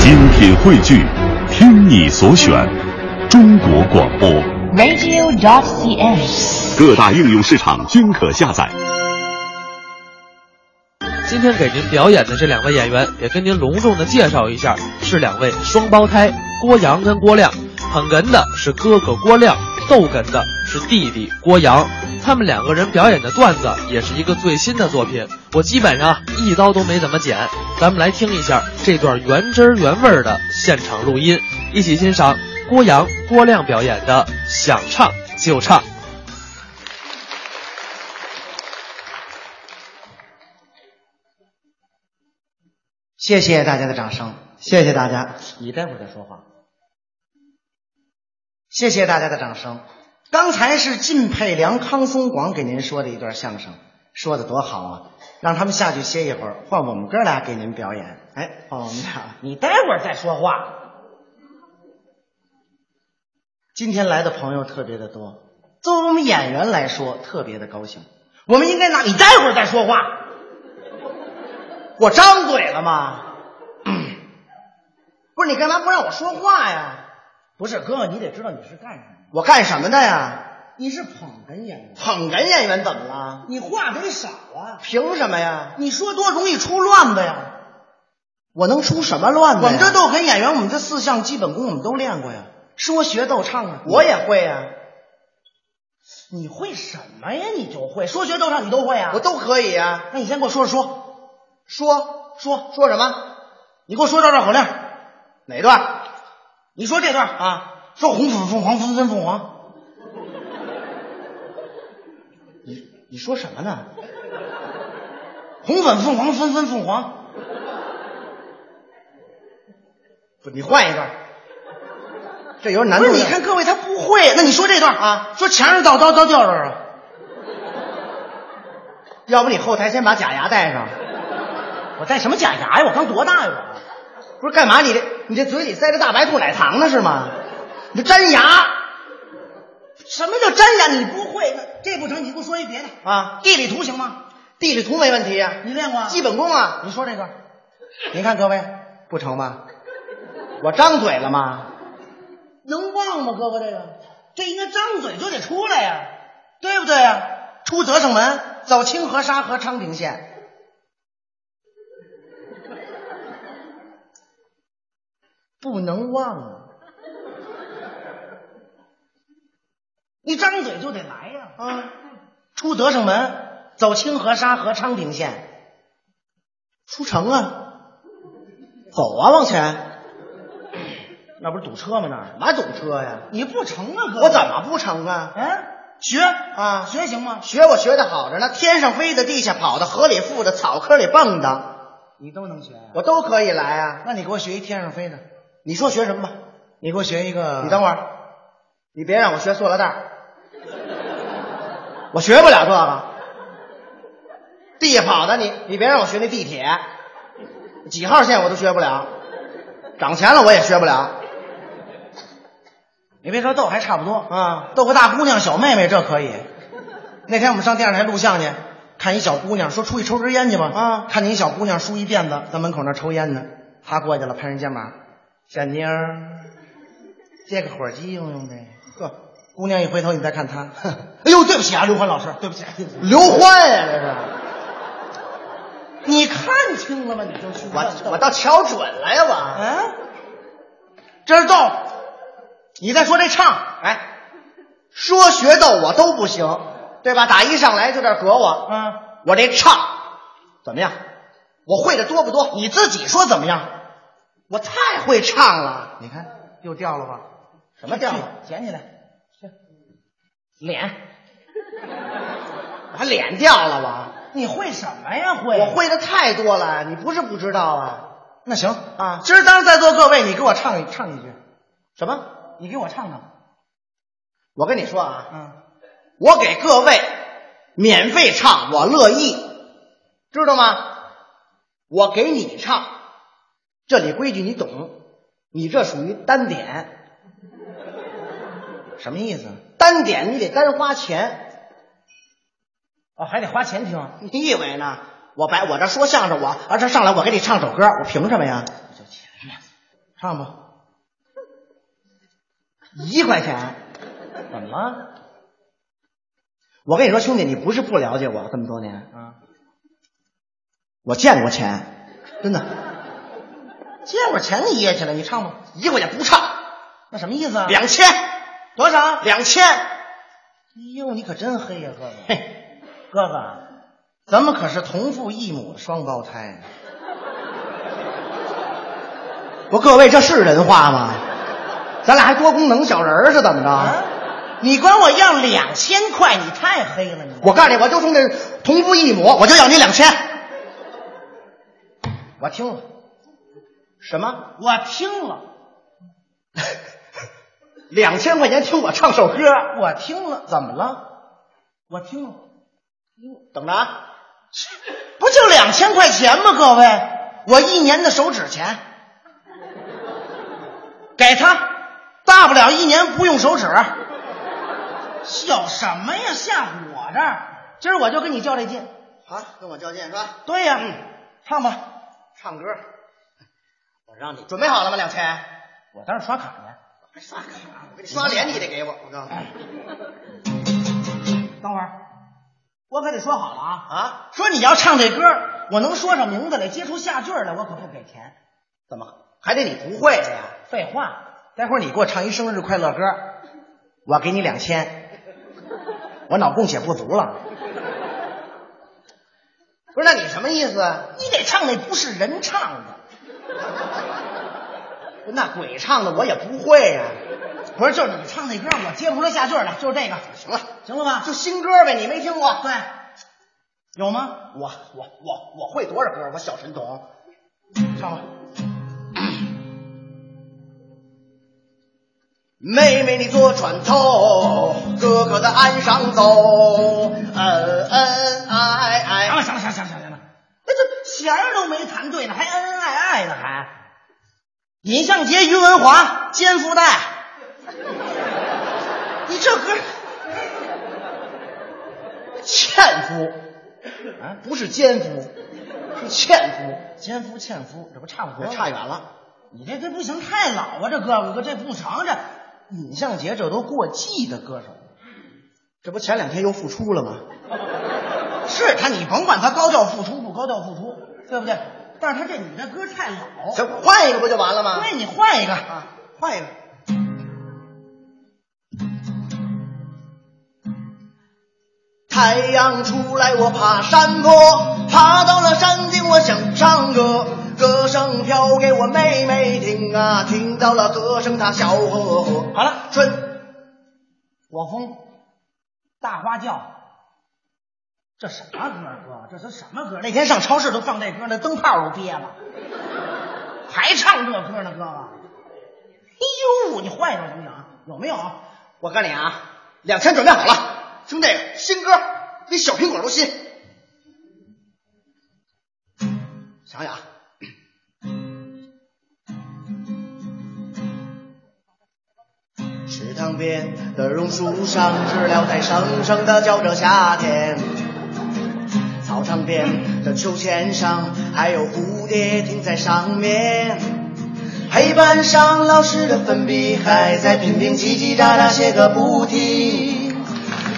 精品汇聚，听你所选，中国广播。 radio.cn。各大应用市场均可下载。今天给您表演的这两位演员，也跟您隆重的介绍一下，是两位双胞胎，郭阳跟郭亮。捧哏的是哥哥郭亮，逗哏的是弟弟郭阳。他们两个人表演的段子也是一个最新的作品，我基本上一刀都没怎么剪。咱们来听一下这段原汁原味的现场录音，一起欣赏郭阳、郭亮表演的《想唱就唱》。谢谢大家的掌声，谢谢大家。你待会儿再说话。谢谢大家的掌声。刚才是靳佩良、康松广给您说的一段相声，说的多好啊！让他们下去歇一会儿，换我们哥俩给您表演。哎，换我们俩。你待会儿再说话。今天来的朋友特别的多，作为我们演员来说，特别的高兴。我们应该拿你待会儿再说话。我张嘴了吗？嗯不是你干嘛不让我说话呀？不是哥，你得知道你是干什么。我干什么的呀？你是捧哏演员，捧哏演员怎么了？你话得少啊。凭什么呀？你说多容易出乱子呀。我能出什么乱子呀？我们这逗哏演员，我们这四项基本功我们都练过呀，说学逗唱啊，我也会呀。你会什么呀？你就会说学逗唱你都会啊。我都可以呀。那你先给我说说，说说说什么？你给我说绕绕口令，哪段？你说这段啊，说红粉凤凰，纷纷凤凰，你你说什么呢？红粉凤凰，纷纷凤凰。不，你换一段。这有点难不度是，量。你看各位他不会，那你说这段啊说墙上倒刀刀掉这儿啊，要不你后台先把假牙戴上。我戴什么假牙呀？我刚多大呀？不是干嘛？你这你这嘴里塞着大白兔奶糖呢是吗？你这粘牙我什么叫真呀？你不会，那这不成，你给我说一别的。啊！地理图行吗？地理图没问题呀、你练过啊？基本功啊。你说这段、您看各位不成吗？我张嘴了吗？能忘吗？哥哥，这个这应该张嘴就得出来呀、对不对呀、出德胜门，走清河沙河昌平县。不能忘啊！你张嘴就得来呀、啊，出德胜门，走清河沙河昌平县，出城啊，走啊，往前，那不是堵车吗？那儿哪堵车呀？你不成啊，哥，我怎么不成啊？哎学啊学行吗？学我学的好着呢，天上飞的，地下跑的，河里浮的，草坑里蹦的，你都能学、啊。我都可以来啊。那你给我学一天上飞的，你说学什么吧？你给我学一个。你等会儿，你别让我学塑料袋儿，我学不了这个。地下跑的你，你别让我学那地铁，几号线我都学不了，涨钱了我也学不了你别说逗还差不多啊，啊。逗个大姑娘、小妹妹这可以。那天我们上电视台录像去，看一小姑娘说出去抽根烟去吧啊看见一小姑娘梳一辫子在门口那抽烟呢，她过去了拍人肩膀，小妞儿，借个火机用用呗。呵，姑娘一回头你再看她， 哼哎呦对不起啊，刘欢老师，对不起，对不起刘欢呀、这是。 你看清了吗？你就去乱我逗我倒瞧准了呀，我。啊，这是逗，你再说这唱，哎，说学逗我都不行，对吧？打一上来就这儿膈我，啊，我这唱怎么样？我会的多不多？你自己说怎么样？我太会唱了，你看又掉了吧？什么调子？捡起来，脸，我还脸掉了我？你会什么呀？会我会的太多了，你不是不知道啊那行啊！今儿当着在座各位，你给我唱一唱一句，什么？你给我唱唱。我跟你说啊，嗯，我给各位免费唱，我乐意，知道吗？我给你唱，这里规矩你懂，你这属于 单点，什么意思？单点你得单花钱，哦，还得花钱听，你以为啊呢？我白我这说相声我，而这上来我给你唱首歌，我凭什么呀？唱吧。一块钱，怎么了？我跟你说，兄弟，你不是不了解我这么多年，啊，我见过钱，真的，借过钱你掖起来，你唱吧。一块钱不唱，那什么意思啊？两千，多少？哎两千，呦，你可真黑呀、哥哥。嘿，哥哥，咱们可是同父异母的双胞胎。不，各位这是人话吗？咱俩还多功能小人儿是怎么着？啊，你管我要两千块，你太黑了你。我告诉你，我就冲这同父异母，我就要你两千。我听了，什么？我听了， 两千块钱听我唱首歌？我听了，怎么了？我听了，等着啊！ 不就两千块钱吗？各位，我一年的手指钱，给他，大不了一年不用手指。有什么呀？下我这儿，今儿我就跟你较这劲。好，啊跟我较劲是吧？对呀、嗯唱吧，唱歌，我让你准备好了吗？两千，我在这儿刷卡呢。哎还刷卡？我给你刷脸，你得给我。我告诉你等会儿，我可得说好了啊！啊，说你要唱这歌，我能说上名字来，接出下句来，我可不给钱。怎么还得你不会去呀？废话，待会儿你给我唱一生日快乐歌，我给你两千。我脑供血不足了。不是，那你什么意思？啊？你得唱那不是人唱的。那鬼唱的我也不会呀、不是，就是你唱那歌，我接不出来下句来，就是这个。行了，行了吧？就新歌呗，你没听过？对，有吗？我我我我会多少歌？我小神童。唱吧。妹妹你坐船头，哥哥在岸上走，恩恩爱爱。行了，行了，行了，行了，行了行了，那这弦儿都没弹对呢，还恩恩爱爱呢，还。尹相杰、于文华、肩负带，你这歌纤夫，啊，不是奸夫，是纤奸夫纤夫，这不差不夫，多吗差远了。你这这不行，太老啊！这哥哥，这不成这。尹相杰这都过季的歌手了，这不前两天又复出了吗？ 是他，你甭管他高调复出不高调复出，对不对？但是他这你这歌太老，这我换一个不就完了吗？对你换一个，啊，换一个。太阳出来，我爬山坡，爬到了山顶，我想唱歌，歌声飘给我妹妹听啊，听到了歌声她笑呵呵。好了春我疯，大花轿，这什么歌儿啊哥？这是什么歌儿？那天上超市都放这歌儿，那灯泡都憋了，还唱这歌儿呢，哥啊哥。哎呦，你换一首行不行啊？有没有？我告诉你啊，两千准备好了，听这个新歌，比小苹果都新。想想啊，池塘边的榕树上，知了在声声的叫着夏天。操场边的秋千上，还有蝴蝶停在上面。黑板上老师的粉笔还在拼命叽叽喳喳写个不停，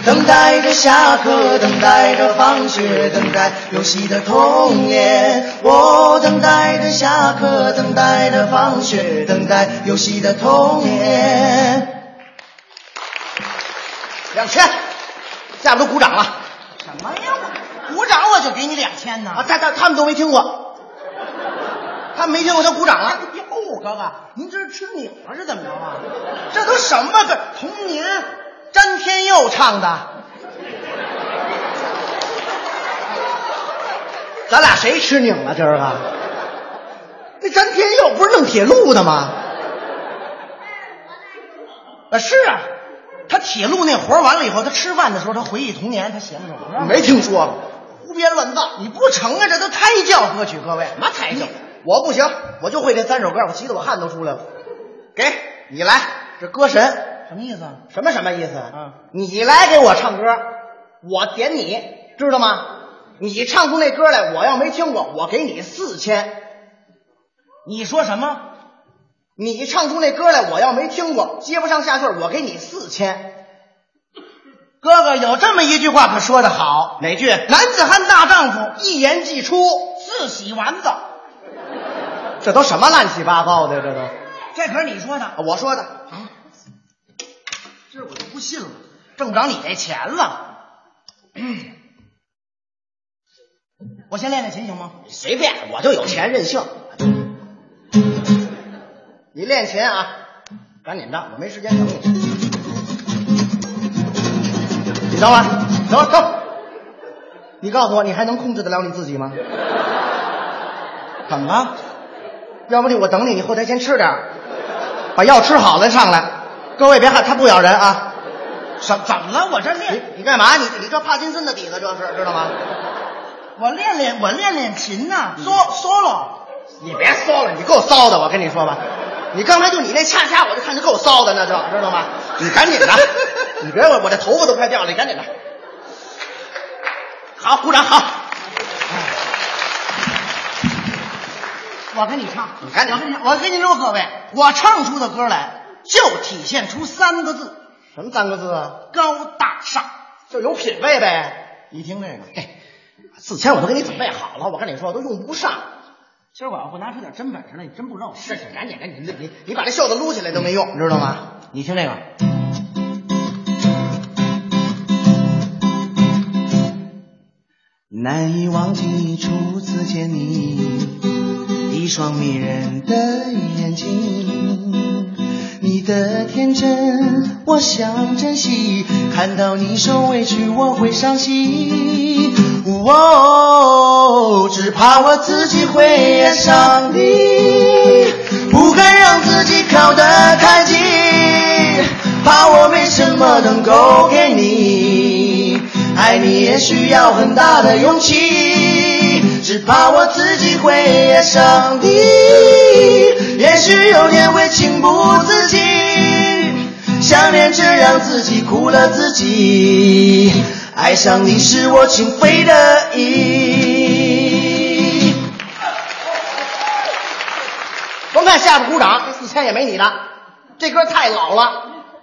等待着下课，等待着放学，等待游戏的童年。我等待着下课，等待着放学，等待游戏的童年。两千，下面都鼓掌了什么呀？我鼓掌我就给你两千呢。啊！他他他们都没听过，他们没听过就鼓掌了。哟，哎哥哥，您这是吃鸟啊？是怎么着啊？这都什么歌？童年，詹天佑唱的。咱俩谁吃拧了今儿啊个？那詹天佑不是弄铁路的吗？啊，是啊，他铁路那活儿完了以后，他吃饭的时候，他回忆童年，他写那首歌。没听说过。胡编乱造，你不成啊！这都胎教歌曲，各位，什么胎教？我不行，我就会这三首歌，我急得我汗都出来了。给你来，这歌神什么意思啊？什么什么意思？嗯，你来给我唱歌，我点你，知道吗？你唱出那歌来，我要没听过，我给你四千。你说什么？你唱出那歌来，我要没听过，接不上下句儿，我给你四千。哥哥有这么一句话可说得好，哪句？男子汉大丈夫，一言既出，自洗丸子。这都什么乱七八糟的？这都，这可是你说的，我说的啊，这我就不信了，挣不着你那 钱了。我先练练琴行吗？随便，我就有钱任性。你练琴啊，赶紧的，我没时间等你。你等会儿，等会儿，等会儿。你告诉我，你还能控制得了你自己 吗？怎么了？要不你我等你，你后台先吃点儿，把药吃好了上来。各位别看他不咬人啊，什怎么了？我这你练，你干嘛？你你这帕金森的底子这是知道吗？嗯我练练，我练练琴呢、，so solo。你别骚了，你够骚的，我跟你说吧，你刚才就你那恰恰，我就看着够骚的那就知道吗？你赶 紧的，你别我我这头发都快掉了，你赶紧的。好，鼓掌好，我跟你唱，你赶紧我跟你唱，我跟你说，各位，我唱出的歌来就体现出三个字：什么三个字啊？高大上。就有品位呗。你听这个，嘿，四千我都给你准备好了，我跟你说都用不上。今儿我要不拿出点真本事来，你真不知道我是谁。嗯赶紧赶紧，你你你把这袖子撸起来都没用，你知道吗？你听这个，难以忘记初次见你，一双迷人的眼睛，你的天真我想珍惜，看到你受委屈我会伤心，哦，只怕我自己会爱上你，不敢让自己靠得太近，怕我没什么能够给你。爱你也需要很大的勇气，只怕我自己会爱上你。也许有天会情不自禁，想念却让自己苦了自己。爱上你是我情非得已。甭看下边鼓掌，这四千也没你的，这歌太老了，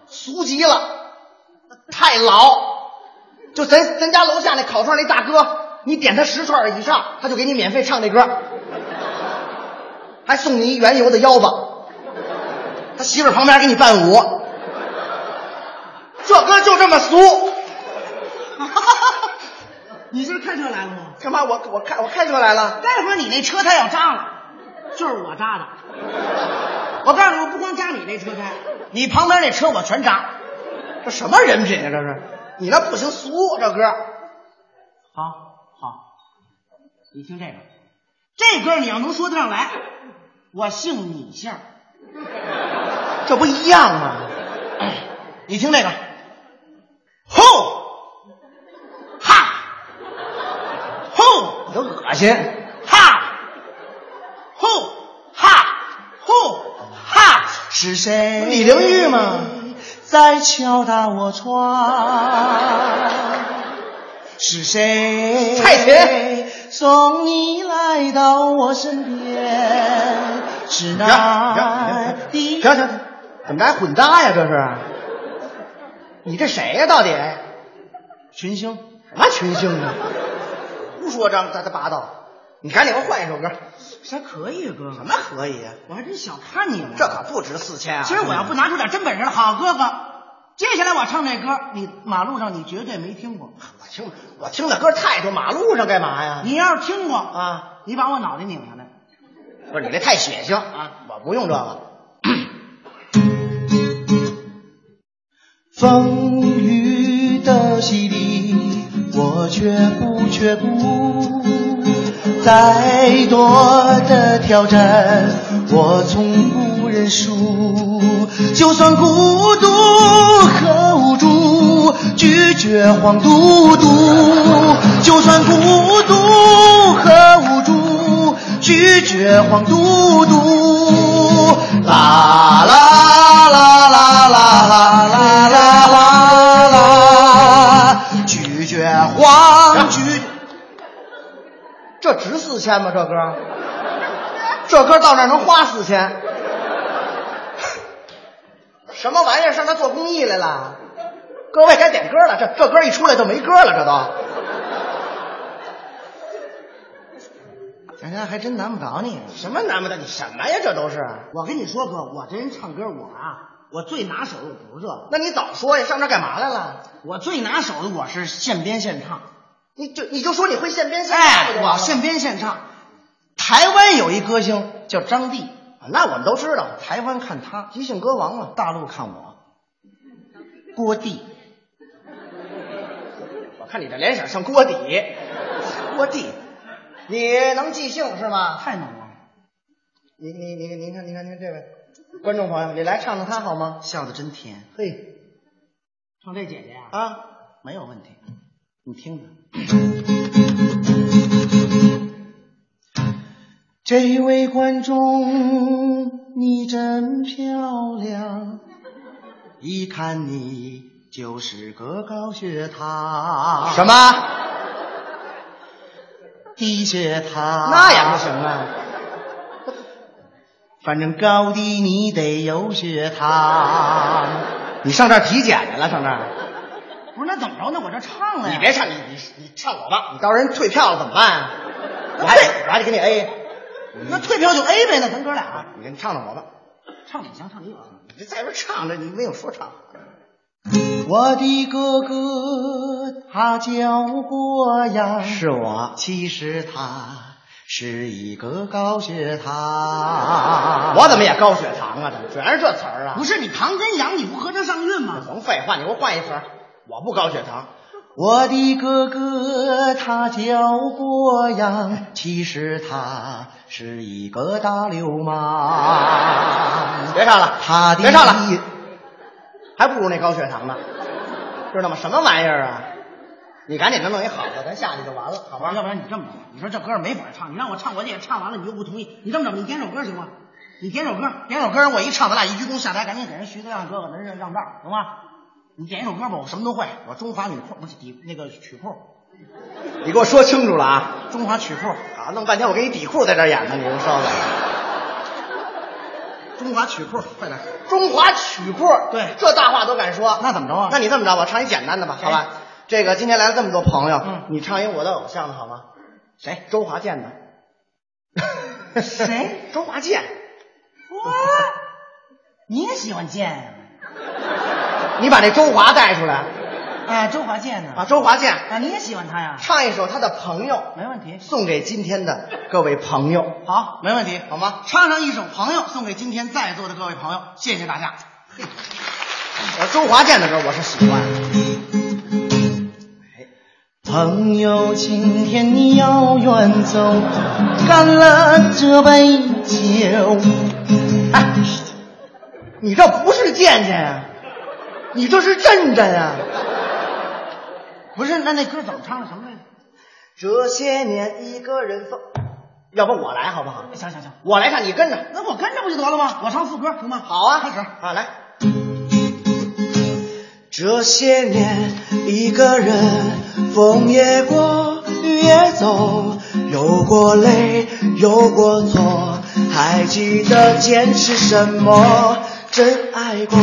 俗极了，太老。就咱咱家楼下那烤串那大哥，你点他十串以上，他就给你免费唱这歌，还送你一原油的腰子。他媳妇儿旁边给你伴舞，这歌就这么俗。 你今儿开车来了吗？干嘛？我我开我开车来了，待会儿你那车胎要扎了，就是我扎的。我告诉你，我不光扎你那车胎，你旁边那车我全扎。这什么人啊品呀、这是你那不行，俗这歌。好，好，你听这个，这歌你要能说得上来，我姓你姓儿。这不一样吗？你听这个，吼，哈，吼，你都恶心。哈，吼，哈，吼，哈。是谁李玲玉吗？在敲打我窗。是谁？蔡琴送你来到我身边。是那停第停停！怎么还混搭呀？这是？你这谁呀、到底？群星，什么群星啊？ 胡说张杂杂八道！你赶紧给我换一首歌。这还可以，哥。什么？可以啊？我还真小看你了。这可不值四千啊！今儿我要不拿出点真本事，好哥哥，接下来我唱这歌，你马路上你绝对没听过。我听我听的歌太多，马路上干嘛呀？你要是听过啊，你把我脑袋拧下来。不是你这太血腥啊！我不用这个。风雨的洗礼，我却不却步。再多的挑战，我从不认输。就算孤独和无助，拒绝黄嘟嘟。就算孤独和无助，拒绝黄嘟嘟。啦啦啦啦啦啦啦啦啦啦，拒绝黄拒。这值四千吗？这歌，这歌到那儿能花四千？ 什么玩意儿上那做公益来了？各位该点歌了，这这歌一出来就没歌了，这都。大家哎还真难不着你。什么难不的？你什么呀？这都是。我跟你说哥，我这人唱歌我啊，我最拿手的不是这个，那你早说呀，上这干嘛来了？我最拿手的我是现编现唱。你就你就说你会现编现唱不就哎，完了吗我现编现唱。台湾有一歌星叫张帝，啊那我们都知道，台湾看他，即兴歌王嘛。大陆看我，郭帝。我看你这联想像锅底，郭帝你能即兴是吗？太猛了，你你你您看您看您看这位观众朋友，你来唱唱他好吗？笑的真甜。嘿唱这姐姐呀、啊，没有问题，你听着。这位观众，你真漂亮，一看你就是个高血糖。什？么？低血糖？那也不行。啊！反正高低你得有血糖。你上这儿体检去了？上这儿？不是，那怎么着呢？我这唱了呀。你别唱，你你你唱我吧。啊你到人退票了怎么办、啊哎我还我还得给你 A，那退票就 A 呗，那咱哥俩你唱唱我吧。唱你行，唱你有行。你在这唱着，你没有说唱。我的哥哥他叫郭阳，我，其实他是一个高血糖。我怎么也高血糖啊？怎么全是这词儿啊？不是你唐跟阳，你不合着上韵吗？甭废话，你给我换一词儿。我不高血糖，我的哥哥他叫郭阳，其实他是一个大流氓。别唱了，他的别唱了，还不如那高血糖呢，知道吗？什么玩意儿啊？你赶紧的弄一好的，咱下去就完了，好吧？要不然你这么着，你说这歌没法唱，你让我唱，我也唱完了，你又不同意。你这么着，你点首歌行吗？你点首歌，点首歌，我一唱，咱俩一鞠躬下台，赶紧给人徐德亮哥哥人让让道，行吗？你点一首歌吧，我什么都会，我中华女库不是底那个曲库，你给我说清楚了啊！中华曲库，啊，弄半天我给你底裤在这儿演呢，你给稍等。中华曲库，快点，中华曲库，对这大话都敢说，那怎么着啊那你这么着吧，唱一简单的吧，好吧哎？这个今天来了这么多朋友，嗯你唱一我的偶像的好吗？谁？周华健的。谁？ 周 华健。哇，你也喜欢啊健呀、你把那周华带出来哎，周华健呢、啊！周华健啊，你也喜欢他呀？唱一首他的朋友，没问题，送给今天的各位朋友。好，没问题，好吗唱上一首《朋友》，送给今天在座的各位朋友，谢谢大家。我周华健的歌我是喜欢。哎朋友，今天你要远走，干了这杯酒。哎，你这不是健健啊，你这是震震啊！不是，那那歌怎么唱的？什么来着？这些年一个人走，要不我来好不好？行行行，我来唱，你跟着。那我跟着不就得了吗？我唱副歌行吗？好啊，开始。啊，来。这些 年一个人，风也过，雨也走，有过泪，有过错，还记得坚持什么？真爱过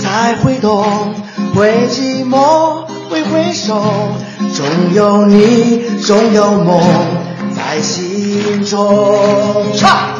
才会懂，会寂寞，会挥手，总有你，总有梦在心中。唱。